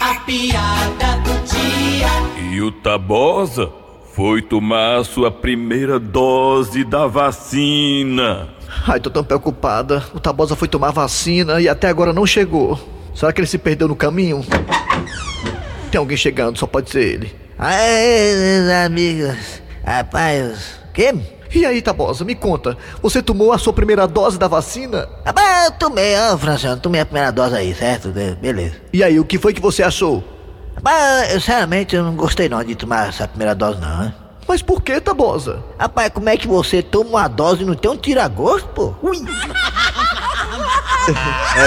A piada do dia. E o Tabosa foi tomar sua primeira dose da vacina. Ai, tô tão preocupada. O Tabosa foi tomar vacina e até agora não chegou. Será que ele se perdeu no caminho? Tem alguém chegando, só pode ser ele. Aí, meus amigos, rapaz, que? E aí, Tabosa, me conta. Você tomou a sua primeira dose da vacina? Rapaz, eu tomei, ó, Franciano, tomei a primeira dose aí, certo? Be- Beleza. E aí, o que foi que você achou? Rapaz, eu sinceramente eu não gostei não de tomar essa primeira dose não, hein? Mas por que, Tabosa? Rapaz, como é que você toma uma dose e não tem um tira-gosto, pô?